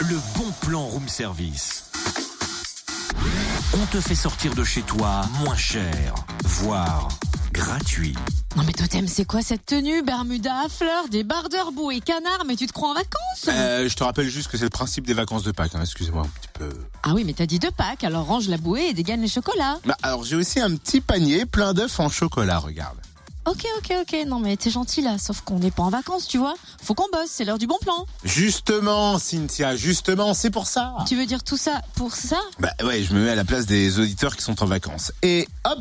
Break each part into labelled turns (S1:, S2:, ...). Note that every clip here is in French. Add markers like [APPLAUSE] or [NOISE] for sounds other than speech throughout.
S1: le bon plan room service. On te fait sortir de chez toi moins cher, voire gratuit.
S2: Non mais Totem, c'est quoi cette tenue Bermuda à fleurs, débardeur, bouée canard, mais tu te crois en vacances
S3: Euh, je te rappelle juste que c'est le principe des vacances de Pâques. hein, Excusez-moi un petit peu.
S2: Ah oui, mais t'as dit deux Pâques, alors range la bouée et dégaine les chocolats.
S3: Bah, alors j'ai aussi un petit panier plein d'œufs en chocolat. Regarde.
S2: Ok, ok, ok, non mais t'es gentil là, sauf qu'on n'est pas en vacances, tu vois. Faut qu'on bosse, c'est l'heure du bon plan.
S3: Justement, Cynthia, justement, c'est pour ça.
S2: Tu veux dire tout ça pour ça
S3: Bah ouais, je me mets à la place des auditeurs qui sont en vacances. Et hop,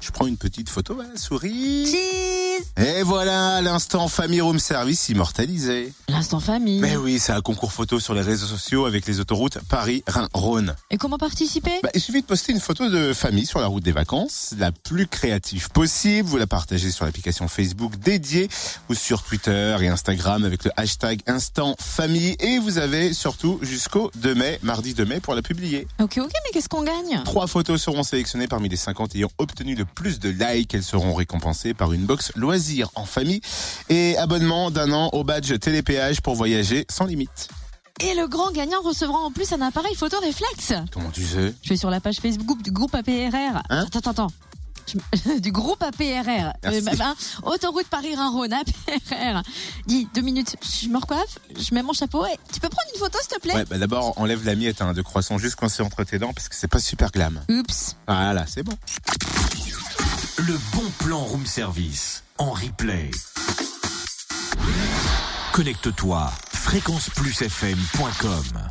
S3: je prends une petite photo à la souris.
S2: Cheese
S3: Et voilà, l'instant famille room service immortalisé.
S2: L'instant famille.
S3: Mais oui, c'est un concours photo sur les réseaux sociaux avec les autoroutes Paris, Rhin, Rhône.
S2: Et comment participer
S3: Bah, il suffit de poster une photo de famille sur la route des vacances, la plus créative possible. Vous la partagez sur l'application Facebook dédiée ou sur Twitter et Instagram avec le hashtag Instant Famille. Et vous avez surtout jusqu'au 2 mai, mardi 2 mai, pour la publier.
S2: Ok, ok, mais qu'est-ce qu'on gagne
S3: Trois photos seront sélectionnées parmi les 50 ayant obtenu le plus de likes. Elles seront récompensées par une box loisirs en famille et abonnement d'un an au badge télépéage pour voyager sans limite.
S2: Et le grand gagnant recevra en plus un appareil photo réflexe.
S3: Comment tu sais
S2: Je vais sur la page Facebook du groupe APRR.
S3: Hein
S2: attends, attends, attends. Je- [LAUGHS] du groupe APRR.
S3: Merci.
S2: bah, bah, autoroute Paris-Rhin-Rhône, APRR. Dis, deux minutes, je me recoiffe, je mets mon chapeau et tu peux prendre une photo, s'il te plaît
S3: Ouais, bah d'abord enlève la miette hein, de croissant juste coincée entre tes dents parce que c'est pas super glam.
S2: Oups.
S3: Voilà, c'est bon.
S1: Le bon plan room service en replay. Connecte-toi fréquenceplusfm.com